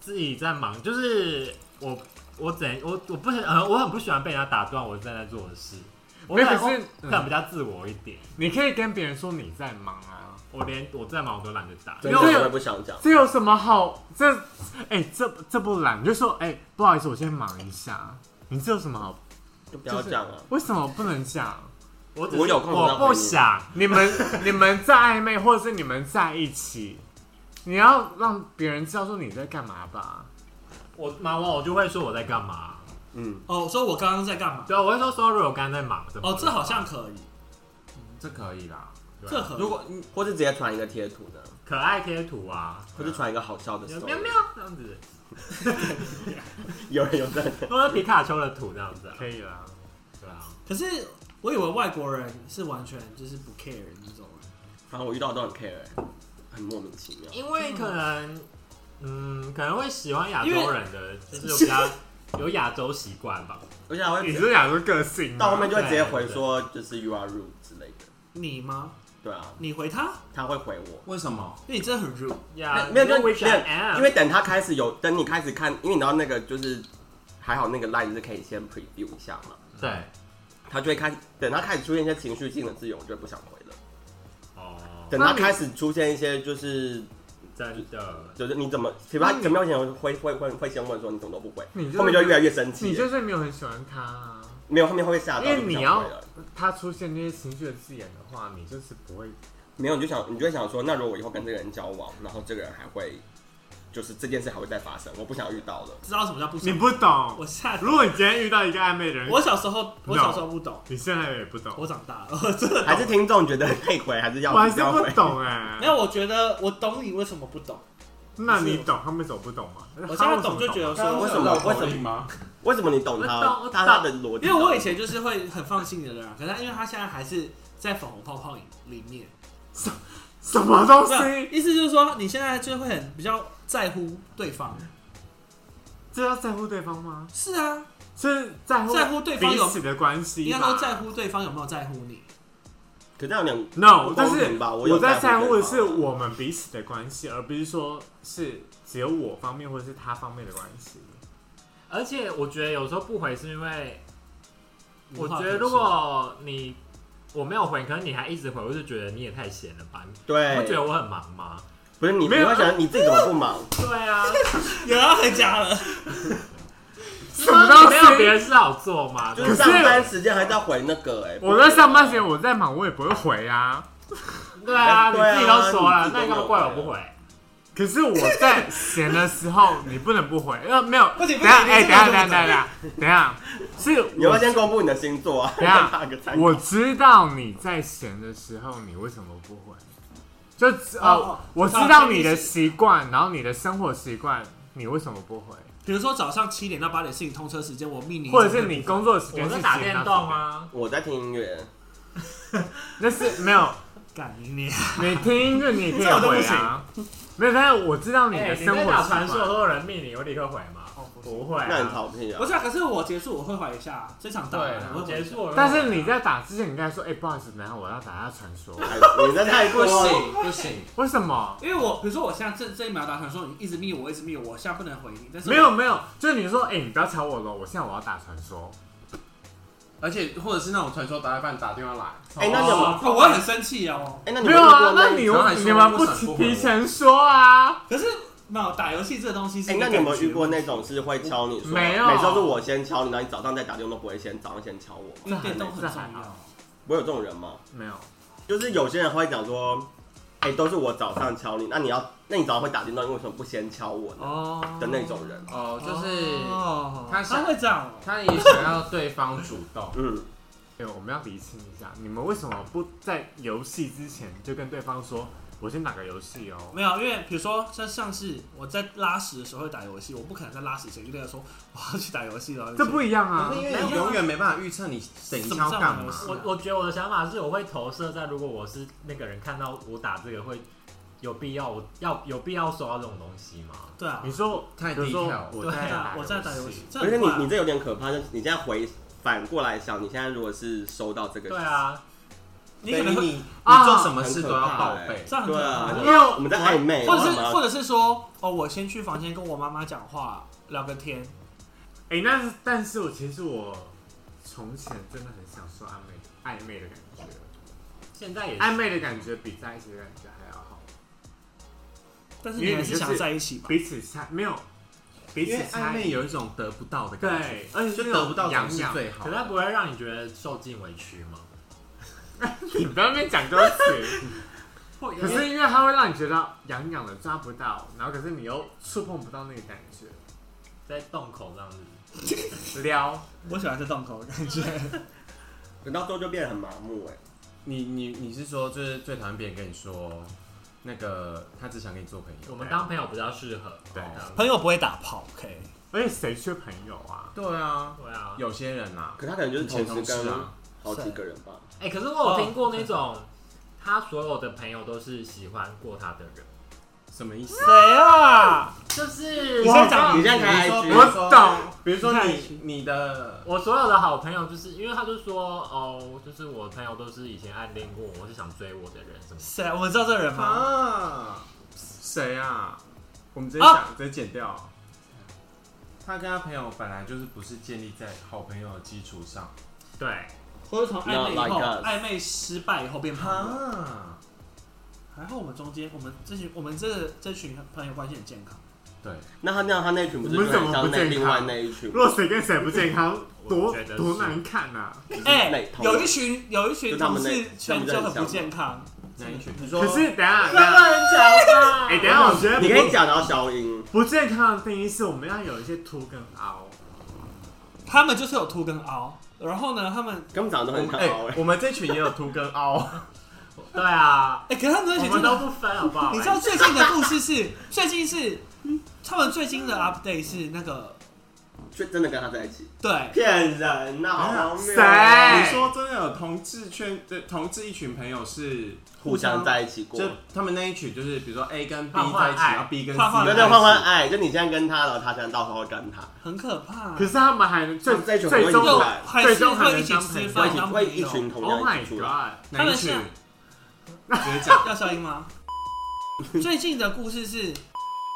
S3: 自己在忙，就是我我怎我我不很呃我很不喜欢被人家打断我正在做的事。我
S6: 没有
S3: 可
S6: 可是
S3: 能
S1: 嗯
S3: 可能比较自我一点，
S6: 你可以跟别人说你在忙啊，
S3: 我连我在忙我都懒得打，
S2: 真
S3: 因
S2: 的
S3: 为
S2: 我
S3: 我
S6: 有
S2: 也不想讲。
S6: 这有什么好？这哎、这这不懒，你就说哎、不好意思，我先忙一下。你这有什么好？
S2: 就不要这样啊！
S6: 为什么不能讲？
S3: 我只
S2: 我
S3: 是
S2: 有空再
S3: 我
S2: 回
S3: 不
S2: 你
S3: 想，
S6: 你们 *laughs* 你们在暧昧，或者是你们在一起，你要让别人知道说你在干嘛吧。
S3: 我忙完我就会说我在干嘛，
S2: 嗯，
S1: 哦，说我刚刚在干嘛？
S3: 对，我会说 sorry，我刚刚在忙。怎么
S1: 哦，这好
S3: 了
S1: 像可以，
S4: 这可以啦。
S3: 对啊
S1: 这可以。
S4: 如果你
S2: 或是直接传一个贴图的，
S3: 可爱贴图啊，
S2: 或是传一个好笑的
S3: 有
S2: story。
S3: 喵喵这样子，
S2: 有人有在
S3: 或者皮卡丘的图这样子啊，
S6: 可以啦，
S3: 对啊，
S1: 可是我以为外国人是完全就是不 care 的那种人。
S2: 反正我遇到都很 care，很莫名其妙。
S3: 因为可能，嗯，可能会喜欢亚洲人的，就是有
S1: 是
S3: 比较有亚洲习惯吧。
S2: 而且还
S6: 你
S2: 会
S6: 是讲说个性啊吗
S2: 到后面就会直接回说，就是 you are rude 之类的。
S1: 你吗？
S2: 对啊，
S1: 你回他，
S2: 他会回我。
S4: 为什么？
S1: 因为你真的很 rude。
S6: 啊
S3: 呀，
S2: 没有没有
S3: you know which I
S2: 因
S3: am，
S2: 为等他开始有，等你开始看，因为你知道那个就是还好那个 line 是可以先 preview 一下嘛，
S3: 对，
S2: 他就会开始等他开始出现一些情绪性的字眼，我就不想回了。
S3: 哦，
S2: 等他开始出现一些就是
S3: 真的，
S2: 就是你怎么，比如他怎么样前会会会会先问说你怎么都不回，
S6: 你就是
S2: 后面就越来越生气
S6: 你。就是没有很喜欢他、啊，
S2: 没有，后面会被吓到。
S6: 因为你
S2: 就
S6: 要
S2: 不想回了
S6: 他出现那些情绪的字眼的话，你就是不会。
S2: 没有，你就想，你就会想说，那如果我以后跟这个人交往，然后这个人还会，就是这件事还会再发生，我不想遇到了。
S1: 知道什么叫不爽？
S6: 你不懂。
S1: 我吓
S6: 如果你今天遇到一个暧昧的人，
S1: 我小时候，我小时候不懂，
S6: 你现在也不懂，
S1: 我长大了，我 *laughs* 真的
S2: 还是听众觉得可以回，还是要
S6: 我还是
S2: 要
S6: 不
S2: 回？
S6: 懂哎、
S1: 没有。我觉得我懂你为什么不 *laughs* 懂，
S6: 那你懂他们怎么不懂吗？
S1: 我现
S6: 他
S1: 在
S6: 们怎
S1: 懂
S6: 么
S1: 就觉得说
S2: 为什么为什么
S4: 么？
S2: 为什么你懂
S3: 我懂我
S2: 他？
S3: 懂
S2: 他他的逻辑，
S1: 因为我以前就是会很放心的人啊，可是他因为他现在还是在粉红泡泡里里面，
S6: 什么东
S1: 不是啊
S6: 西，
S1: 意思就是说你现在就会很比较在乎对方，
S6: 这要在乎对方吗？
S1: 是啊，
S6: 是在乎
S1: 在乎对方
S6: 彼
S1: 有
S6: 此的关
S1: 应
S6: 系
S1: 该
S6: 吧
S1: 说在乎对方有没有在乎你，
S2: 可这样有点
S6: No，
S2: 不
S6: 但
S2: 公
S6: 是
S2: 平吧我
S6: 我
S2: 有
S6: 在在
S2: 在乎
S6: 乎的
S2: 对方
S6: 是我们彼此的关系，而不是说是只有我方面或者是他方面的关系。
S3: 而且我觉得有时候不回是因为，我
S1: 无话
S3: 觉
S1: 可
S3: 得
S1: 说
S3: 如果你我没有回，可是你还一直回，我就觉得你也太闲了吧？你不觉
S2: 对
S3: 得，我很忙吗？
S2: 不是你，你
S6: 没有呃
S2: 会想你自己怎么不忙？
S3: 对啊，
S1: 有要回家了，
S6: 什么东西
S3: 你没有别的事好做吗？
S2: 就
S3: 对
S2: 是
S3: 吧
S2: 上班时间还在回那个哎、
S6: 我在上班时间我在忙，我也不会回啊。
S3: 对啊，你
S2: 对啊
S3: 自己都说了
S2: 你，自
S3: 那你
S2: 己都
S3: 干嘛怪我不回？
S6: 可是我在闲的时时候，你不能不回，呃，没有，
S1: 不行
S6: 等一下，
S1: 不行
S6: 哎、
S1: 你
S6: 等一
S1: 这
S6: 下，等
S1: 个
S6: 一下，等一下，等一下，
S2: 你
S6: 是
S2: 要不要
S6: 我
S2: 先公布你的星座啊？
S6: 等一下
S2: 打个 *laughs* 参考
S6: 我知道你在闲的时候，你为什么不回？就呃，
S1: 哦
S6: 我知道你的习惯，然后你的生活习惯，你为什么不回？
S1: 比如说早上七点到八点是你通车时间，我命你，
S6: 或者是你工作时间
S3: 我在
S6: 是
S3: 打
S6: 几
S3: 电
S6: 点到
S3: 动
S6: 几点？
S3: 啊，
S2: 我在听音乐，
S6: 那是没有，
S1: 干你你，
S6: 你听音乐你也可
S1: 这我
S6: 以
S1: 都不
S6: 回啊。没有，但是我知道你
S3: 哎
S6: 的
S3: 你
S6: 生活
S3: 在
S6: 习
S3: 打传
S6: 惯。
S3: 说，都有人命你，我立刻回吗？
S6: 哦
S3: 不会啊，
S2: 那很淘屁啊
S1: 不！是啊，可是我结束我会怀一下这场
S3: 对
S1: 打完
S3: 啊，，
S1: 我
S3: 我
S1: 会怀
S3: 结
S1: 一下。
S3: 束了。
S6: 但是你在打之前，你应该说，哎、不好意思，等一下我要打下传说。
S2: 哎你在泰
S4: 不
S2: 国，
S4: 行不行，
S6: 为什么？
S1: 因为我比如说我现在这这一秒打算说你一直密我，一直密我，我现在不能回你，但是我
S6: 没有，没有，就是你说，哎、你不要吵我了，我现在我要打传说。
S4: 而且或者是那种传说打一半打电话来，
S2: 哎、那你有
S1: 哦，我会很生气哦。
S2: 哎、那你
S6: 没
S2: 们
S6: 有
S2: 如
S6: 啊
S2: 果，
S6: 那你
S4: 然后还说
S6: 你们不
S4: 不闪不回
S6: 提前说啊？
S1: 可是没有打游戏这个东西是
S2: 哎、
S1: 一个
S2: 那
S1: 感觉，
S2: 你有没有遇过那种是会敲你说？
S6: 没有
S2: 每次都是我先敲你，然后你早上再打电话都不会先，早上先敲我吗？
S1: 因为电动很
S4: 哦
S6: 这
S1: 重
S6: 还
S1: 要
S6: 好。
S2: 我有这种人吗？
S6: 没有，
S2: 就是有些人会讲说，哎、都是我早上敲你，那你要，那你早上会打电动，你为什么不先敲我呢？
S1: 哦
S2: 的那种人，，
S4: 哦，就是
S1: 哦，
S4: 他想
S1: 他会这样哦，
S4: 他也想要对方主动
S2: 嗯，
S6: 哎、我们要理清一下，你们为什么不在游戏之前就跟对方说，我先打个游戏哦？
S1: 没有，啊因为比如说像像是我在拉屎的时候会打游戏，我不可能在拉屎前就跟他说我要去打游戏了。
S6: 这不一样啊
S4: 可是！因
S1: 没
S4: 为
S1: 有
S4: 你永远没办法预测你等一下要干嘛。
S1: 怎么
S3: 我我觉得我的想法是，我会投射在如果我是那个人，看到我打这个会有必要，我要有必要收到这种东西吗？
S1: 对啊
S6: 你，说，
S4: 太
S6: 比如说
S4: detail
S6: 我
S3: 对
S1: 对
S6: 在
S1: 啊
S6: 打，
S1: 我在打游戏，，这
S2: 而且
S1: 很
S2: 你
S1: 怪啊
S2: 你这有点可怕，就是你现在回反过来想，你现在如果是收到这个，
S3: 对，啊，
S1: 你可能
S4: 对
S1: 会
S4: 你你
S6: 啊
S4: 做什么事都要报
S2: 很可怕
S4: 备
S2: 欸，
S1: 这样很
S2: 对
S1: 可
S2: 啊
S1: 怕
S6: 因为
S2: 我们在暧昧，
S1: 或者
S2: 我
S1: 是
S2: 干嘛
S1: 或者是说哦，我先去房间跟我妈妈讲话聊个天，
S6: 哎、那是但是我其实我从前真的很享受暧昧暧昧的感觉，
S3: 现在也是
S6: 暧昧的感觉比在一起的感觉还要好，
S1: 但是你还是想在一起吧？
S6: 彼此猜没有，彼
S4: 因为
S6: 此
S4: 暧
S6: 猜
S4: 昧有一种得不到的感觉，
S6: 对，而且
S4: 就是得不到总
S6: 痒
S4: 是
S6: 痒，
S4: 最好
S3: 可是它
S4: 的。
S3: 不会让你觉得受尽委屈吗？
S6: 你不要在那边讲多
S3: *laughs*
S6: 次。
S3: 会
S6: 可是因为它会让你觉得痒痒的抓不到，然后可是你又触碰不到那个感觉，
S3: 在洞口这样子，
S6: 撩。
S1: 我喜欢这洞口的感觉，
S2: 等到最后就变得很麻木哎、
S4: 你你你是说，就是最讨厌别人跟你说，那个他只想跟你做朋友。
S3: 我们当朋友比较适合。
S6: 对
S1: *laughs*
S4: 哦
S1: 朋友不会打炮，OK？
S6: 而且谁缺朋友啊？
S4: 对啊，
S3: 对啊，
S4: 有些人啊，
S2: 可他可能就是
S4: 以前
S2: 同
S4: 同
S2: 时
S4: 事
S2: 跟
S4: 啊，
S2: 好几个人吧，
S3: 哎、可是我有听过那
S6: 哦
S3: 种，他所有的朋友都是喜欢过他的人，
S4: 什么意思？
S1: 谁啊？
S3: 就是
S1: 你先讲，
S2: 你先开
S4: 比
S2: IG
S4: 如说比如说
S6: 我懂，
S4: 比如说
S1: 你看
S4: 你你的
S3: 我所有的好朋友，就是因为他就说哦，就是我的朋友都是以前暗恋过我，是想追我的人什么。
S1: 谁？我们知道这个人吗？
S4: 啊，
S6: 谁啊？
S4: 我们直接
S1: 啊
S4: 讲，直接剪掉。他跟他朋友本来就是不是建立在好朋友的基础上
S3: 对，
S1: 或者从暧昧以后，
S2: Not like us
S1: 暧昧失败以后变朋友。
S4: 啊，
S1: 还好我们中间，我们这群我们这这群朋友关系很健康。
S4: 对，
S2: 那他那样他那一群不是就
S6: 我们
S2: 很
S6: 怎么
S2: 像
S6: 不
S2: 那
S6: 健康
S2: 另外那一群
S6: 如？果谁跟谁不健康，多
S3: *laughs* 我觉得是
S6: 多难看啊！
S1: 哎、
S2: 类同
S1: 有一群有一群
S2: 就他
S1: 同
S2: 们那
S1: 事圈就很不健康。
S4: 那一群。你说
S6: 可是等一下，等一下
S1: 乱讲吧
S3: *laughs*
S6: 哎、等一下，我觉得
S2: 你可以
S6: 不
S2: 讲到消音，
S6: 不健康的定义是我们要有一些凸跟凹。
S1: 他们就是有凸跟凹，然后呢，他们
S2: 根本长得都很像
S4: 哎、
S2: 凹哎、
S4: 我们这群也有凸跟凹，
S3: 对啊，
S1: 哎、可是他们那
S3: 我
S1: 群
S3: 们
S1: 真
S3: 都
S1: 的，
S3: 不分好不好？
S1: 你知道最近的故事是 *laughs* 最近是，他们最近的 update 是那个
S2: 却真的跟他在一起，
S1: 对，
S2: 骗人呐、好荒谬哦！
S6: 谁
S4: 你说真的有同志圈，对同志一群朋友是
S2: 互相在一起过，
S4: 就他们那一群就是，比如说 A 跟 B
S3: 换换
S4: 在一起，
S3: 爱
S4: 然后 B 跟 C
S1: 换换
S2: 对
S1: 在
S2: 对，
S1: 一起
S2: 换换爱，就你现在跟他，然后他现在到时候跟他，
S1: 很可怕。
S6: 可是他们还能最
S2: 他们在一起
S6: 最
S2: 很
S6: 终
S2: 多
S1: 又
S2: 人
S6: 的
S1: 还
S6: 最
S1: 是
S6: 终还
S1: 会
S6: 能
S1: 一起
S6: 当朋
S1: 吃
S6: 友
S2: 会
S1: 饭
S2: 一起
S1: 当
S2: 会
S1: 朋
S2: 一
S1: 友。
S2: 群同
S6: Oh
S2: 样
S6: my
S2: 一起出来，
S6: god！
S4: 哪一
S1: 他
S4: 群 *laughs*
S1: 们？
S4: 直接讲，
S1: 要消音吗？最近的故事是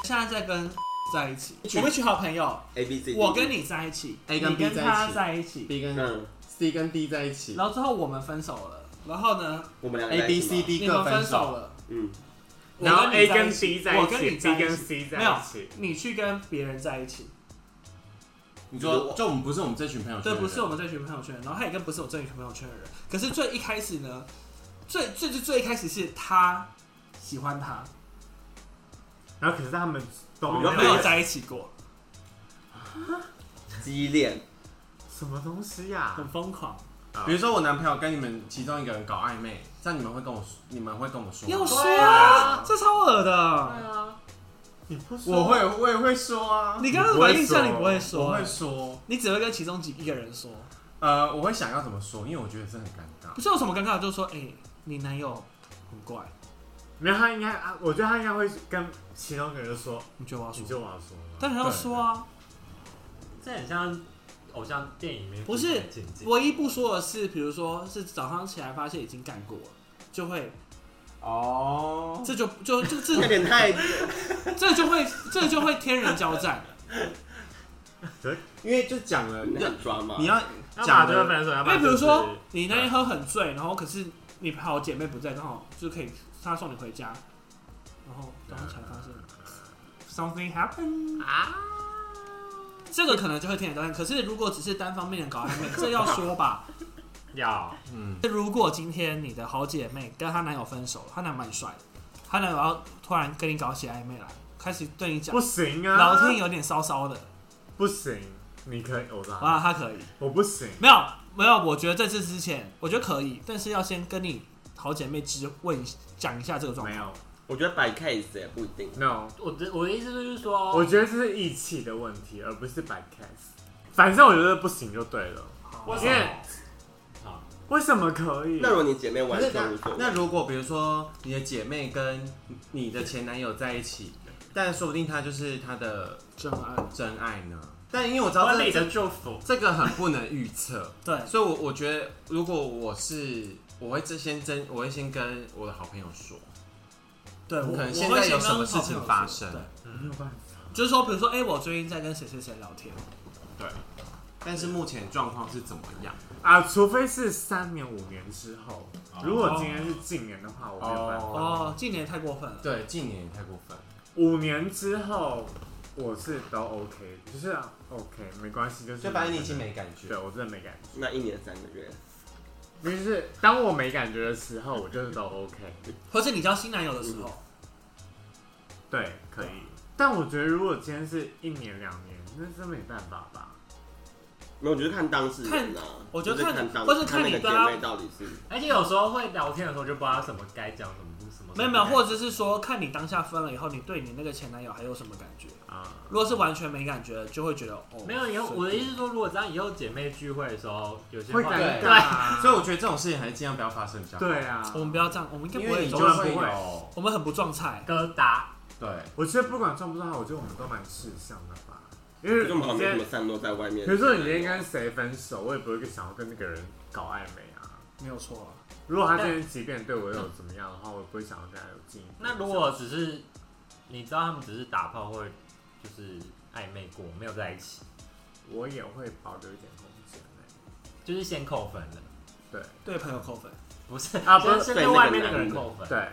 S1: 现在在跟 *laughs* 在一起，我们一群好朋友，
S2: A B C，D
S1: 我跟你在一起
S4: A 跟
S1: 你
S4: B
S1: 跟
S4: 在一
S1: 他
S4: 起
S1: 在一起，
S4: B 跟
S2: 嗯
S4: C 跟 D 在一起
S1: 然后之后我们分手了，然后呢，
S2: 我们两个
S4: ，A
S2: 在
S4: B
S2: 一起
S4: C
S2: 吗
S4: D
S1: 你
S4: 各
S1: 们分
S4: 分
S1: 手
S4: 手，
S1: 了，
S2: 嗯，
S6: 然后
S1: 我
S6: A
S1: 你
S6: 跟
S1: 在一
S6: B
S1: 起
S6: 在
S1: 我
S6: 一
S1: 跟
S6: 起
S1: 你在
S6: ，B
S1: 一起
S6: 跟 C
S1: 没
S6: 在
S1: 有
S6: 一起，
S1: 你去跟别人在一起，
S4: 你说就我们不是我们这群朋友圈
S1: 对，
S4: 的人，
S1: 不是我们这群朋友圈，然后他也跟不是我这群朋友圈的人。可是最一开始呢，最最最最一开始是他喜欢他，
S6: 然后可是他们都
S2: 我
S6: 没
S2: 们
S1: 没
S6: 有
S1: 有在一起过，*laughs*
S2: 激恋，
S6: 什么东西呀、
S1: 很疯狂。
S4: 比如说我男朋友跟你们其中一个人搞暧昧，这样你们会跟我说，你们会跟我说吗，
S1: 要说
S3: 对
S1: 啊
S3: 啊，
S1: 这超恶的。
S6: 你不说
S4: 我会我也会说啊，
S1: 你刚刚
S6: 你不会
S1: 反应下你
S6: 说
S1: 不会
S4: 我
S1: 说
S4: 会，说，啊
S1: 你只会跟其中几一个人说。
S4: 呃，我会想要怎么说，因为我觉得这很尴尬
S1: 不。是有什么尴尬，就是说，哎，你男友很怪，
S6: 没有他应该啊，我觉得他应该会跟其中一个人说，
S1: 你觉得我要
S6: 你就
S1: 说？
S6: 我要说吗，
S1: 但是他要说啊，
S3: 这很像偶像电影里面
S1: 不是
S3: 的情景
S1: 唯一不说的是，比如说是早上起来发现已经干过了，就会
S4: 哦，
S1: 这就就就这
S2: 有点太，
S1: 这就会这就会天人
S3: *laughs*
S1: 交战。
S3: 啊
S4: 因为就讲了，
S2: 你
S4: 要
S2: 很抓嘛
S4: 你，要
S3: 要么
S4: 讲
S3: 就是
S4: 了，
S3: 分手，要
S1: 因
S3: 么
S1: 为比
S3: 就
S1: 如
S3: 是
S1: 说你那天喝很醉，然后可是你好姐妹不在，刚好就可以她送你回家，然后早上才发现 something happened 啊，这个可能就会天人交战。可是如果只是单方面的搞暧昧，这要说吧。
S3: 要
S4: 嗯，
S1: 如果今天你的好姐妹跟她男友分手了，她男友蛮帅的，她男友要突然跟你搞起暧昧来，开始对你讲
S6: 不，行啊，
S1: 聊天有点骚骚的，
S6: 不行，你可以，我知道，
S1: 啊，她可以。
S6: 我不行，
S1: 没有没有，我觉得在这之前，我觉得可以，但是要先跟你好姐妹知问讲一下这个状
S6: 没
S1: 况。
S6: 有
S2: 我觉得摆 case 也不一
S1: 嗯
S2: 定，
S6: ，no，
S3: 我的我的意思就是说，
S6: 我觉得这是义气的问题，而不是摆 case。反正我觉得不行就对了，
S1: 我
S6: 因为
S3: 好
S6: 为什么可以？
S2: 那如果你姐妹玩
S4: 可
S2: 全
S4: 是
S2: 无所
S4: 那
S2: 谓，
S4: 那如果比如说你的姐妹跟你的前男友在一起，但说不定他就是他的
S1: 真爱
S4: 真爱呢？但因为我知道
S3: 婚
S4: 这
S3: 礼
S4: 这
S3: 的祝福，
S4: 这个很不能预测，
S1: 对，
S4: 所以我我觉得如果我是，我会这先真，我会先跟我的好朋友说，
S1: 对，我
S4: 可能
S1: 我
S4: 现
S1: 会
S4: 在
S1: 先
S4: 有
S1: 跟
S4: 什么事
S1: 好朋
S4: 情
S1: 友
S4: 发
S1: 说
S4: 生
S1: 对，
S6: 没有办法，
S1: 就是说，比如说，哎、我最近在跟谁谁谁聊天，
S4: 但是目前状况是怎么样？
S6: 啊，除非是三年五年之后，如果今天是近年的话，我没有办法。
S1: 哦，近年太过分了，
S4: 对，近年也太过分。
S6: 五年之后我是都 OK，就是啊 OK 没关系，就是
S4: 就反正你已经没感
S6: 对
S4: 觉，
S6: 我真的没感觉，
S2: 那一年三个月，
S6: 就是当我没感觉的时候，我就是都 OK，
S1: 或者你交新男友的时候，
S4: 嗯
S6: 对，可以。但我觉得如果今天是一年两年，那真没办法吧？
S2: 没有，我觉得看当事人啊，
S1: 我觉得
S2: 就
S1: 看
S2: 是看当，
S1: 或是看
S2: 看
S1: 你
S2: 那个
S1: 对他
S2: 姐妹到底是，
S3: 而且有时候会聊天的时候就不知道什么该讲，什么不什么
S1: 没有没有，或
S3: 者
S1: 者是说，看你当下分了以后，你对你那个前男友还有什么感觉？
S6: 啊、
S1: 如果是完全没感觉的，就会觉得哦，
S3: 没有以后
S1: 随
S3: 我的
S1: 便
S3: 意思是说，如果这样以后姐妹聚会的时候，有些
S6: 会
S3: 话
S6: 尴
S4: 对
S6: 尬啊，
S4: 所以我觉得这种事情还是尽量不要发生比较好。
S6: 对啊，
S1: 我们不要这样，我们应该
S4: 因
S1: 不
S4: 为
S1: 会
S4: 你
S1: 走
S4: 就
S1: 到，
S4: 会
S6: 不会
S4: 有
S1: 我们很不撞菜，
S3: 疙瘩，
S4: 对，
S6: 我觉得不管撞不撞好，我觉得我们都蛮识相的吧。因
S2: 可
S6: 为
S2: 是我们好
S6: 你
S2: 像没怎么
S6: 今天，
S2: 散落在外面。
S6: 比如说你今天跟谁分手，我也不会想要跟那个人搞暧昧啊。
S1: 没有错啊。
S6: 如果他今天即便对我有怎么样的话，我也不会想要跟他有进一步的
S3: 那如果只是你知道他们只是打炮或者就是暧昧过，没有在一起，
S6: 我也会保留一点空间欸
S3: 就是先扣分的，
S6: 对
S1: 对朋友扣分，
S3: 不是
S6: 啊不是
S3: 先先对
S2: 对那个
S3: 外面那
S2: 男
S3: 个人
S2: 的
S3: 扣分，
S6: 对，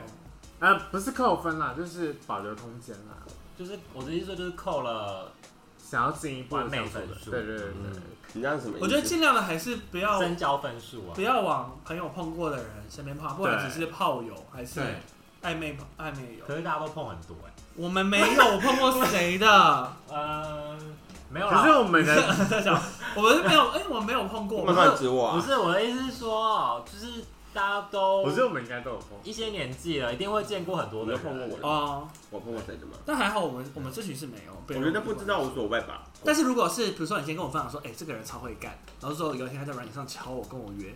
S6: 呃，不是扣分啦，就是保留空间啦。
S3: 就是我的意思说就是扣了
S6: 想要进一步的
S3: 完美
S6: 相处
S3: 分
S6: 的，
S3: 数
S6: 对对对
S4: 嗯
S6: 对，
S2: 你这样什么意思？
S1: 我觉得尽量的还是不要
S3: 深交分数啊
S1: 不，要往朋友碰过的人身边泡，不管
S6: 对
S1: 只是炮友还是
S4: 对
S1: 暧昧朋暧昧友。
S3: 可是大家都碰很多哎、
S1: 我们没有碰过谁的，
S3: 呃，没有
S6: 可是
S3: 啦，
S6: 我们 *laughs* 的
S1: 在想 *laughs* 我们是没有，哎、我们没有碰过。
S2: 慢
S1: 我
S2: 慢
S1: 们
S2: 指我
S3: 不
S2: 啊，
S3: 是我的意思是说，就是大家都
S6: 我觉得我们应该都有碰，
S3: 一些年纪了，一定会见过很多
S2: 我
S3: 的
S2: 没有
S3: 人，
S2: 碰过我的，
S1: 哦，
S2: 我碰过谁的吗？
S1: 但还好我们我们这群是没有。
S2: 我
S1: 别人
S2: 觉得不知道无。所谓吧，
S1: 但是如果是比如说你今天跟我分享说，哎、这个人超会干，然后说有一天他在软件上敲我跟我约，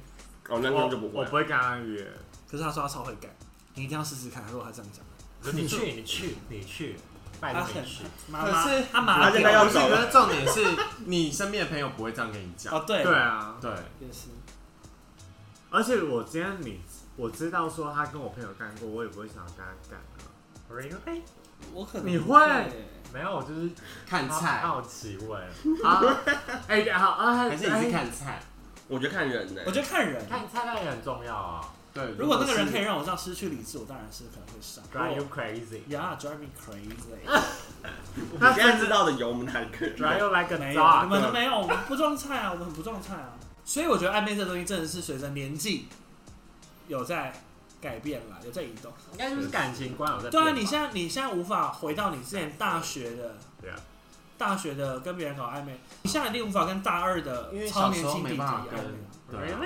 S2: 哦，那那就不
S6: 我
S2: 会
S6: 我不。会跟他约，
S1: 可是他说他超会干，你一定要试试看。如果他这样讲，
S3: 就你去你去你去，拜
S1: 他
S3: 托
S1: 很
S3: 你去，
S1: 妈妈
S4: 可是
S1: 他麻
S2: 他现在
S1: 掉
S2: 要
S4: 不是，
S2: 走
S4: 可
S2: 了
S4: 是重点是你身边的朋友不会这样跟你讲。
S1: 哦，对
S6: 对啊，
S4: 对，
S1: 也是
S6: 而且我今天你我知道说他跟我朋友干过，我也不会想要跟他干啊。
S3: Really？
S1: 我可能
S6: 你
S1: 不
S6: 会
S1: 欸
S3: 没有，我就是
S4: 看菜啊，
S3: 好奇问，
S6: 哎、好啊，
S4: 还是你是看菜？
S2: 我觉得看人呢、
S1: 我觉得看人，
S3: 看菜单也很重要啊。
S4: 对，
S1: 如果那个人
S4: 是
S1: 可以让我这样失去理智，我当然是可能会上。
S3: Drive you crazy,
S1: Yeah, drive me *laughs* crazy。
S2: 你现在知道的有我们哪一个人？
S3: drive you like a
S1: 没有，我
S3: dog。
S1: 们没有，我们不撞菜啊，我们很不撞菜啊。所以我觉得暧昧这东西真的是随着年纪有在改变啦，有在移动。
S3: 应该就是感情观有在变
S1: 对
S3: 吧。
S1: 啊，你现在你现在无法回到你之前大学的
S3: 对啊
S1: 大学的跟别人搞暧昧，你现在一定无法跟大二的
S4: 因为
S1: 超
S4: 小
S1: 年
S4: 时候
S1: 轻弟
S4: 没
S1: 弟
S4: 办
S1: 暧
S4: 法
S1: 昧
S4: 跟
S1: 啊。
S4: 对啊，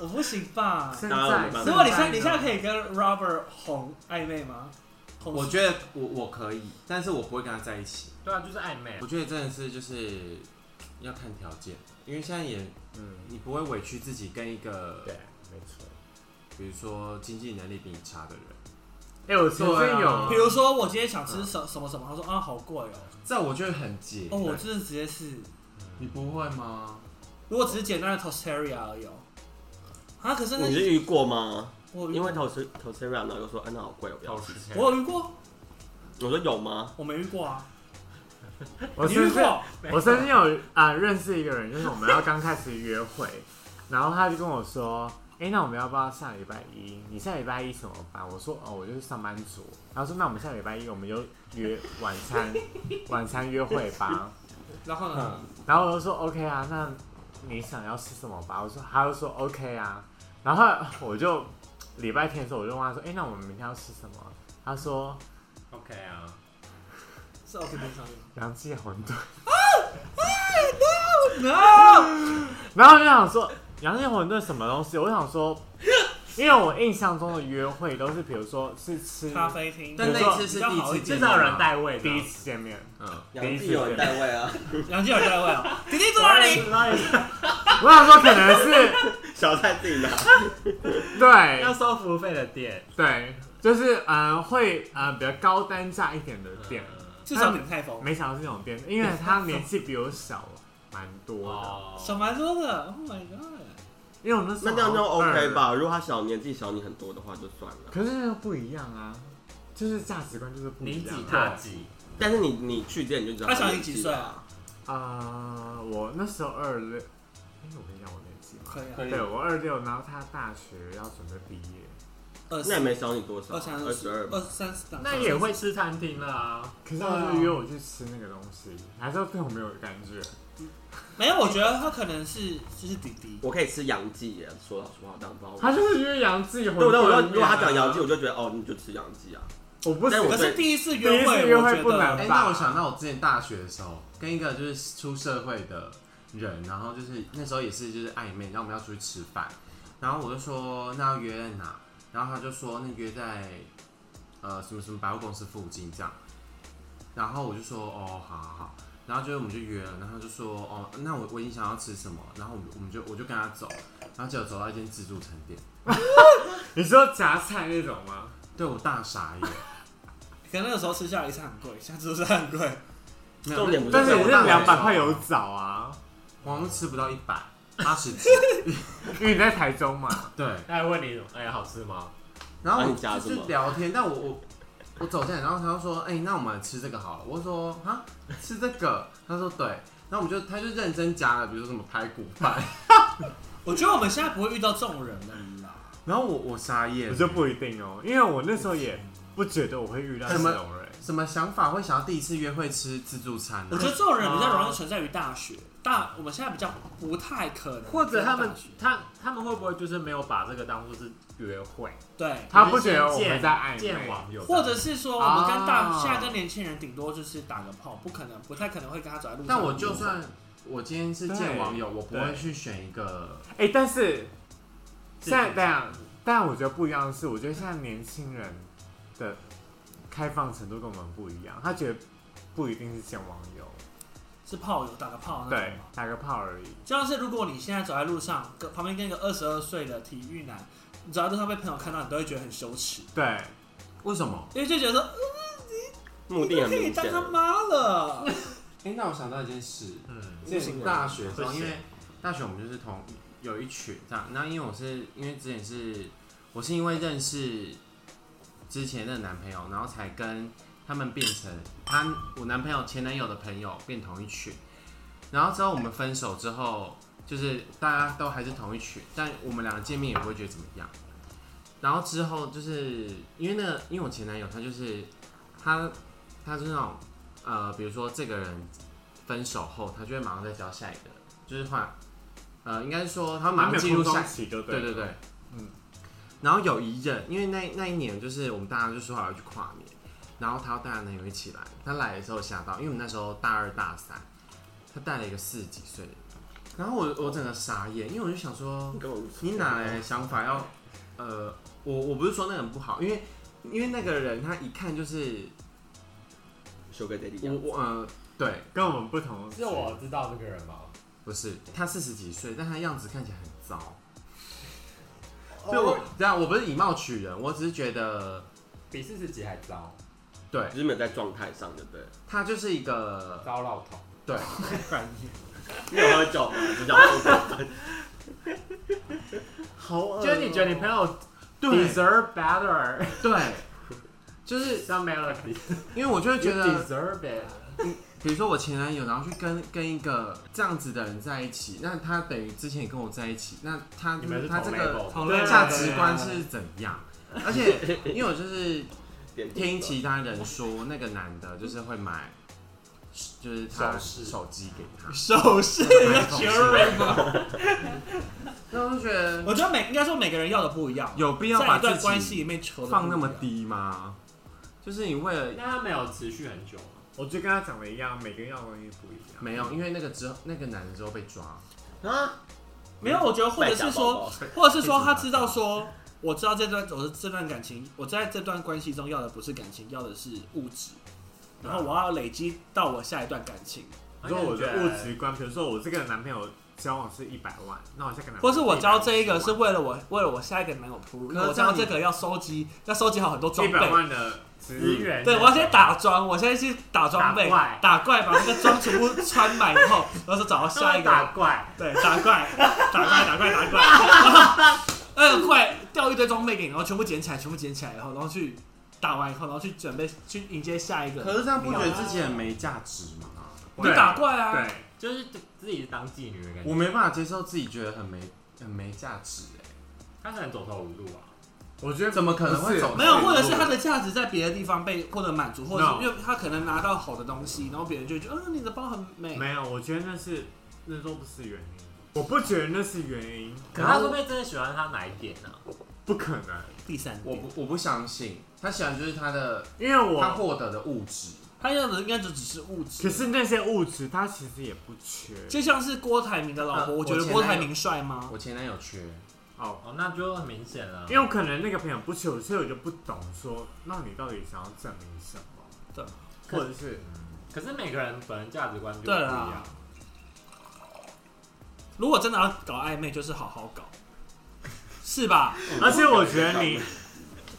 S1: 我不行吧？
S6: 现
S2: 当然
S6: 在
S2: 没办法
S1: 如果你现在你现在
S6: 以，
S1: 可以跟 Robert 红暧昧吗？红
S4: 我觉得我我可以，但是我不会跟他在一起。
S3: 对啊，就是暧昧
S4: 我。觉得真的是就是要看条件，因为现在也
S3: 嗯，
S4: 你不会委屈自己跟一个
S3: 对，没错。
S4: 比如说经济能力比你差的人，
S6: 哎、我曾经有，
S1: 比如说我今天想吃什什么什么，他说啊好贵哦，
S4: 这我觉得很解。
S1: 哦我真的直接是，
S4: 你不会吗？
S1: 如果只是简单的 tosteria 而已哦，啊可是那
S2: 你是遇过吗？
S1: 我有遇
S2: 因为投资投资 round 然后说，哎、那好贵，我不要吃。
S1: 我有遇过，
S2: 我说有吗？
S1: 我没遇过啊，
S6: 我
S1: 你遇
S6: 曾经
S1: 过？
S6: *laughs* 我曾经有啊、认识一个人，就是我们要刚开始约会，然后他就跟我说：“哎、那我们要不要下礼拜一？你下礼拜一什么班？”我说：“哦，我就是上班族。”他说：“那我们下礼拜一我们就约晚餐，晚餐约会吧。
S1: 然后呢？”
S6: 然后我就说：“OK 啊，那你想要吃什么吧？”我说：“他就说 OK 啊。”然后我就礼拜天的时候我就问他说：“哎、那我们明天要吃什么？”他说
S3: OK 啊，
S1: 是 OK 冰上：“
S6: 杨记馄饨。”
S1: 面啊，
S6: 然后我就想说，杨建馄饨什么东西？我想说，因为我印象中的约会都是，比如说是吃
S1: 咖啡厅，
S4: 但那一次是
S1: 比较
S4: 第一
S1: 好
S4: 次
S1: 一点
S4: 见
S3: 至少
S4: 面吗
S3: 有人，带位的。
S6: 第一次见面，
S4: 嗯，
S2: 杨记有人带位啊，
S1: 杨金有在位啊，弟弟坐哪里？
S6: 我想说可能
S3: *laughs*
S6: 是
S2: *laughs* 小菜自
S1: *laughs*
S2: 己拿。
S3: 要
S6: 对
S3: 收服务费的店，
S6: 对，就是呃会呃比较高单价一点的店，
S3: 嗯
S1: 至少鼎泰丰，
S6: 没想到是这种店，因为他年纪比我小蛮多的，
S3: 哦，
S1: 小蛮多的，Oh my god，
S6: 因为我那时
S2: 那
S6: 候
S2: 这样就
S6: 好像
S2: OK
S6: 二？
S1: 嗯
S2: 吧？如果他小年纪小你很多的话，就算了。
S6: 可是不一样啊，就是价值观就是不
S3: 你
S6: 一样
S3: 几
S6: 啊。
S3: 他几，
S2: 但是你你去之前你就知道
S1: 他小你
S2: 年
S1: 几
S2: 纪
S1: 岁
S2: 了
S1: 啊？
S6: 啊、我那时候二六，哎，我跟你讲我年纪吗？
S1: 可以啊，
S2: 可以
S6: 对，我二六，然后他大学要准备毕业，
S1: 二
S2: 那也
S1: 十、
S2: 没小你多少
S1: 二三
S2: 啊，、
S1: 二
S2: 二十二
S1: 二
S2: 吧。
S1: 三十，
S3: 那也会吃餐厅了啊。
S6: 可是他就约我去吃那个东西，还是对我没有感觉。
S1: 没有，我觉得他可能是就是弟弟，
S2: 我可以吃杨记耶，说老实话，当包。
S6: 他就是约杨记混
S2: 对，但我说
S6: 饨面啊
S2: 如果他讲杨记，我就觉得哦，你就吃杨记啊。
S6: 我不
S2: 但
S6: 行
S2: 我
S1: 可
S2: 对
S1: 是第一次
S6: 哦第一
S1: 约
S6: 次
S1: 会，
S6: 约
S1: 我
S6: 会
S1: 觉
S6: 不
S1: 得
S6: 能
S4: 哎、那我想到我之前大学的时候，跟一个就是出社会的人，然后就是那时候也是就是暧昧，然后我们要出去吃饭，然后我就说那要约在哪，然后他就说那约在呃什么什么百货公司附近这样，然后我就说哦好好好，然后就我们就约了，然后他就说哦那我我已经想要吃什么，然后我们我们就我就跟他走，然后结果走到一间自助餐店，
S6: 你说夹菜那种吗？
S4: 对我大傻眼，
S1: 可能那个时候吃下来一次很贵，下次是很贵。
S4: 没有
S2: 重点不
S6: 但是
S2: 对
S6: 也是
S2: 我大学
S6: 两百块有，找啊，
S4: 我好像吃不到一百八十几，
S6: 因为你在台中嘛。
S4: 对。
S3: 他还问你，哎，好吃吗？
S4: 然后
S2: 那
S4: 我
S2: 你夹
S4: 就
S2: 什
S4: 是
S2: 么
S4: 聊天，但我我我走进来，然后他就说：“哎、那我们吃这个好了。”我说：“啊，吃这个？”他说：“对。”然后我们就他就认真夹了，比如说什么排骨饭。
S1: 我觉得我们现在不会遇到这种人了啦。
S4: 然后我我傻眼，
S6: 我就不一定哦，因为我那时候也不觉得我会遇到这
S4: 什么
S6: 种人。
S4: 什么想法会想要第一次约会吃自助餐啊
S6: 嗯
S4: 呢、
S1: 我觉得这种人比较容易存在于大学，大我们现在比较不太可能。
S3: 或者他们
S1: 大学
S3: 他他们会不会就是没有把这个当做是约会？
S1: 对，
S6: 他不觉得我们在暧
S3: 见
S6: 昧，
S3: 网友，
S1: 或者是说我们跟大、
S6: 啊
S1: 现在跟年轻人顶多就是打个炮，不可能不太可能会跟他走在路上。
S4: 但我就算我今天是见
S6: 对
S4: 网友，我不
S3: 对
S4: 会去选一个
S6: 哎、但是现在这样，但我觉得不一样的是，我觉得现在年轻人的开放程度跟我们不一样，他觉得不一定是见网友，
S1: 是炮友打个炮那种
S6: 对
S1: 嘛。，
S6: 打个炮而已。
S1: 就像是如果你现在走在路上，跟旁边跟一个二十二岁的体育男，你走在路上被朋友看到，你都会觉得很羞耻，
S6: 对，
S4: 为什么？
S1: 因为就觉得说
S2: 目的
S1: 你
S2: 很
S1: 可以
S2: 明
S1: 当
S2: 显啊
S1: 他。妈了。
S4: 哎、那我想到一件事，
S3: 嗯，
S4: 之前大学的时候，
S3: 不行
S4: 因为大学我们就是同有一群这样，那因为我是因为之前是我是因为认识之前的男朋友，然后才跟他们变成他我男朋友前男友的朋友变同一群，然后之后我们分手之后，就是大家都还是同一群，但我们两个见面也不会觉得怎么样。然后之后就是因为那个，因为我前男友他就是他他是那种呃，比如说这个人分手后，他就会马上再交下一个，就是换呃，应该是说他马上进入下
S6: 期就
S4: 对对
S6: 对
S4: 对，
S6: 嗯
S4: 嗯。然后有一任，因为那那一年就是我们大家就说好要去跨年，然后她要带她男友一起来。她来的时候吓到，因为我们那时候大二大三，她带了一个四十几岁的，然后我我整个傻眼，因为我就想说，
S2: 跟我
S4: 你哪来的想法要？呃，我我不是说那个人不好，因为因为那个人他一看就是
S2: 修个 daddy 一
S4: 我
S2: 样？
S4: 我呃对，
S6: 跟我们不同。
S3: 是我知道这个人吗？
S4: 不是，他四十几岁，但他样子看起来很糟。所以我这样，我不是以貌取人，我只是觉得，
S3: 哦比四十几还糟，
S4: 对
S2: 就是没有在状态上，对不对？
S4: 他就是一个
S3: 糟老头。 *laughs*
S4: 对，
S2: 你有喝酒吗？你讲话
S6: 好
S3: 就是你觉得你朋友
S4: 对
S3: deserve better， *laughs*
S4: 对，就是
S3: 像 *laughs* Melody，
S4: 因为我就会觉
S3: You
S4: 得，
S3: deserve it。
S4: 比如说我前男友，然后去跟跟一个这样子的人在一起，那他等于之前也跟我在一起，那他
S6: 你们是
S4: 他这
S6: 同
S4: 个
S6: level
S1: 同
S4: 对
S1: 类
S4: 价值观是怎样？而且因为我就是
S2: 点头
S4: 听其他人说，那个男的就是会买，就是他
S3: 首饰
S4: 手机给他，
S1: 首饰 jewelry 吗？
S4: 那我就觉得
S1: 我觉得每应该说每个人要的不一样，
S4: 有必要
S1: 在
S4: 把
S1: 一段
S4: 自
S1: 关系
S4: 己
S1: 里面求的
S4: 放那
S1: 不
S4: 么
S1: 一样，
S4: 低吗？就是你为了
S3: 那他没有持续很久吗？
S6: 我就跟他讲的一样，每个人要的东西不一样。
S4: 没有，因为那个之后那个男的之后被抓，
S2: 啊，
S1: 没有，我觉得或者是说，
S2: 卖假包包，
S1: 或者是说他知道说，我知道这段我的这段感情，我在这段关系中要的不是感情，要的是物质，然后我要累积到我下一段感情，
S6: 如果我的物质观，比如说我这个男朋友交往是一百万，那我下个男朋友
S1: 或是我交这一个是
S6: 150
S1: 为了我为了我下一个男友铺路，
S4: 可是
S1: 我
S4: 这
S1: 交
S4: 样你
S1: 这个要收集要收集好很多装
S6: 万一百
S1: 备。
S6: 万的
S3: 资
S6: 资源，
S3: 源。
S1: 对，我要先打桩，我现在去打装备
S3: 打怪，
S1: 打怪把那个装全部穿满以后，然后就找到
S3: 下
S1: 下
S3: 一
S4: *laughs*
S1: 一个
S4: 哦
S3: 打怪，
S1: 对，打怪， *laughs* 打怪，打怪，打怪，然后那个怪掉一堆装备给你，然后全部捡起来，全部捡起来，然后然后去打完以后，然后去准备去迎接下一个。
S4: 可是这样不觉得自己很没价值吗？
S1: 你打怪啊？
S6: 对，
S3: 就是自己当妓女的感
S4: 我
S3: 觉。
S4: 没办法接受自己觉得很没很没价值哎、
S3: 他可能走投无路啊。
S6: 我觉得
S4: 怎么可能会走
S1: 没有，或者是他的价值在别的地方被或者满足，或者是因为他可能拿到好的东西，然后别人就觉得，嗯、你的包很美。
S6: 没有，我觉得那是那都不是原因，我不觉得那是原因，
S3: 可是他说不定真的喜欢他哪一点啊呢？
S6: 不可能，
S1: 第三
S4: 我
S1: 点，
S4: 不我不相信，他喜欢就是他的
S6: 因为
S4: 他
S6: 我
S4: 获得的物质，
S1: 他要的应该就只是物质。
S6: 可是那些物质他其实也不缺
S1: 就像是郭台铭的老婆，
S4: 呃
S1: 我觉得
S4: 我前
S1: 郭台
S4: 男友
S1: 铭帅吗？
S4: 我前男友缺，
S6: 哦。
S3: 哦，那就很明显了。
S6: 因为我可能那个朋友不缺，所以我就不懂说，那你到底想要证明什么？
S1: 对，
S6: 或者是
S3: 可是每个人本人价值观就不一
S1: 对
S3: 样
S1: 啦。如果真的要搞暧昧，就是好好搞，是吧？
S6: 而且我
S2: *laughs*
S6: 觉得你，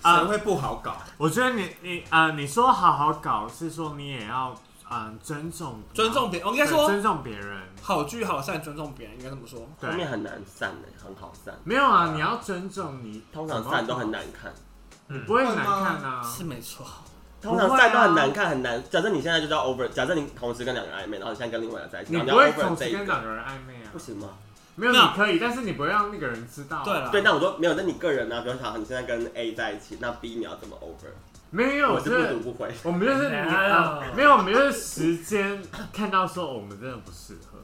S6: 啊
S4: 谁会不好搞？
S6: 我觉得你你呃，你说好好搞是说你也要嗯、呃尊重
S1: 尊重别，我应
S6: 对
S1: 该说
S6: 尊重别人，
S1: 好聚好散，尊重别人，应该这么说。
S2: 后面
S6: 对，
S2: 很难散的，很好散，
S6: 没有啊，你要尊重你，
S2: 通常散都很难看，
S6: 你不会很难看啊，
S1: 是没错，
S2: 通常散都很难看，很难。假设你现在就是要 over，假设你同时跟两个人暧昧，然后你现在跟另外一个在一起，
S6: 你
S2: 然后
S6: 不
S2: 要
S6: 会
S2: over
S6: 同
S2: 这
S6: 时
S2: 一
S6: 跟
S2: 个，
S6: 两个人暧昧啊
S2: 不，行吗？
S6: 没有你
S1: 那
S6: 可以，但是你不会让那个人知道啊，
S1: 对了，
S2: 对，但我说没有，那你个人啊，比如说你现在跟 A 在一起，那 B 你要怎么 over？
S6: 没有，
S2: 我
S6: 我觉
S2: 是不
S6: 得
S2: 读不回。
S6: 我们就是
S3: 哎
S6: 啊
S3: 呀
S6: 没有，我们就是时间看到说我们真的不适合，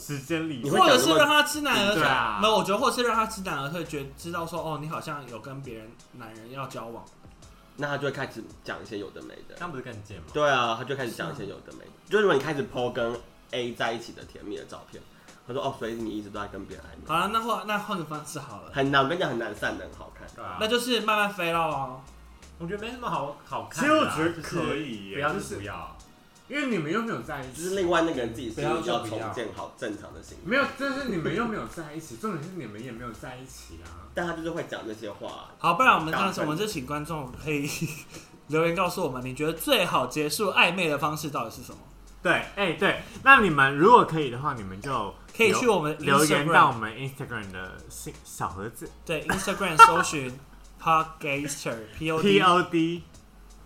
S6: 时间理
S2: 你会
S1: 或者是让他知难而
S6: 对
S1: 退。
S6: 啊
S1: 没有，我觉得或者是让他知难而退，觉知道说哦，你好像有跟别人男人要交往，
S2: 那他就会开始讲一些有的没的。
S3: 那不是更贱吗？
S2: 对啊，他就开始讲一些有的没的。就是如果你开始 PO 跟 A 在一起的甜蜜的照片，他说哦，所以你一直都在跟别人暧昧，
S1: 好了，那换那换个方式好了，
S2: 很难。我跟你讲，很难散的很好看。
S3: 对啊
S1: 那。就是慢慢飞喽。
S3: 我觉得没什么好好
S6: 其
S3: 看
S6: 实
S3: 的
S6: 我
S3: 啊。
S6: 觉得
S3: 就是
S6: 可以耶，
S3: 不要
S6: 就
S3: 就是是不要。
S6: 因为你们又没有在一
S2: 就是
S6: 起，
S2: 另外那个人自己是
S4: 不要就
S2: 要
S4: 不
S2: 重
S4: 要
S2: 建好正常的心态，
S6: 没有，就是你们又没有在一起，重点是你们也没有在一起啊。
S2: 但他就是会讲这些话。
S1: 好，不然我们这
S2: 打
S1: 样子，
S2: 分
S1: 我们就请观众可以 *laughs* 留言告诉我们，你觉得最好结束暧昧的方式到底是什么？
S6: 对，哎、对，那你们如果可以的话，你们就
S1: 可以去我们
S6: 留言
S1: Instagram
S6: 到我们 Instagram 的信小盒子
S1: E 对 Instagram 搜寻 Podcaster P O
S6: P
S1: D
S6: O D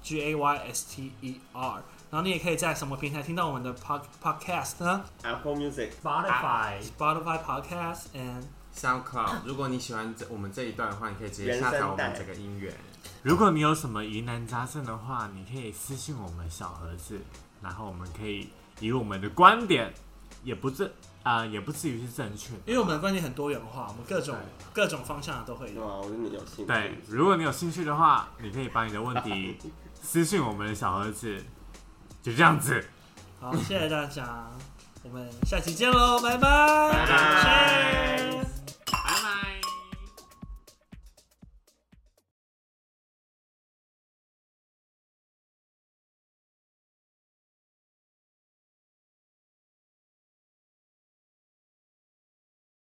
S1: G A Y S T E R。然后你也可以在什么平台听到我们的 pod podcast 呢
S2: Apple Music。
S3: Spotify、
S1: ？Spotify podcast and
S4: SoundCloud。如果你喜欢这我们这一段的话，你可以直接
S2: 原
S4: 下
S2: 声
S4: 载我们
S2: 带
S4: 整个音源。
S6: 如果你有什么疑难杂症的话，你可以私信我们小盒子，然后我们可以以我们的观点，也不正啊、也不至于是正确的。
S1: 因为我们的观点很多元化，我们各种各种方向的都会
S2: 对
S1: 有。
S2: 啊，我对你有兴趣。
S6: 对，如果你有兴趣的话，你可以把你的问题私信我们的小盒子，就这样子。
S1: 好，谢谢大家，我们下期见喽，拜拜，
S2: 拜拜
S1: 谢谢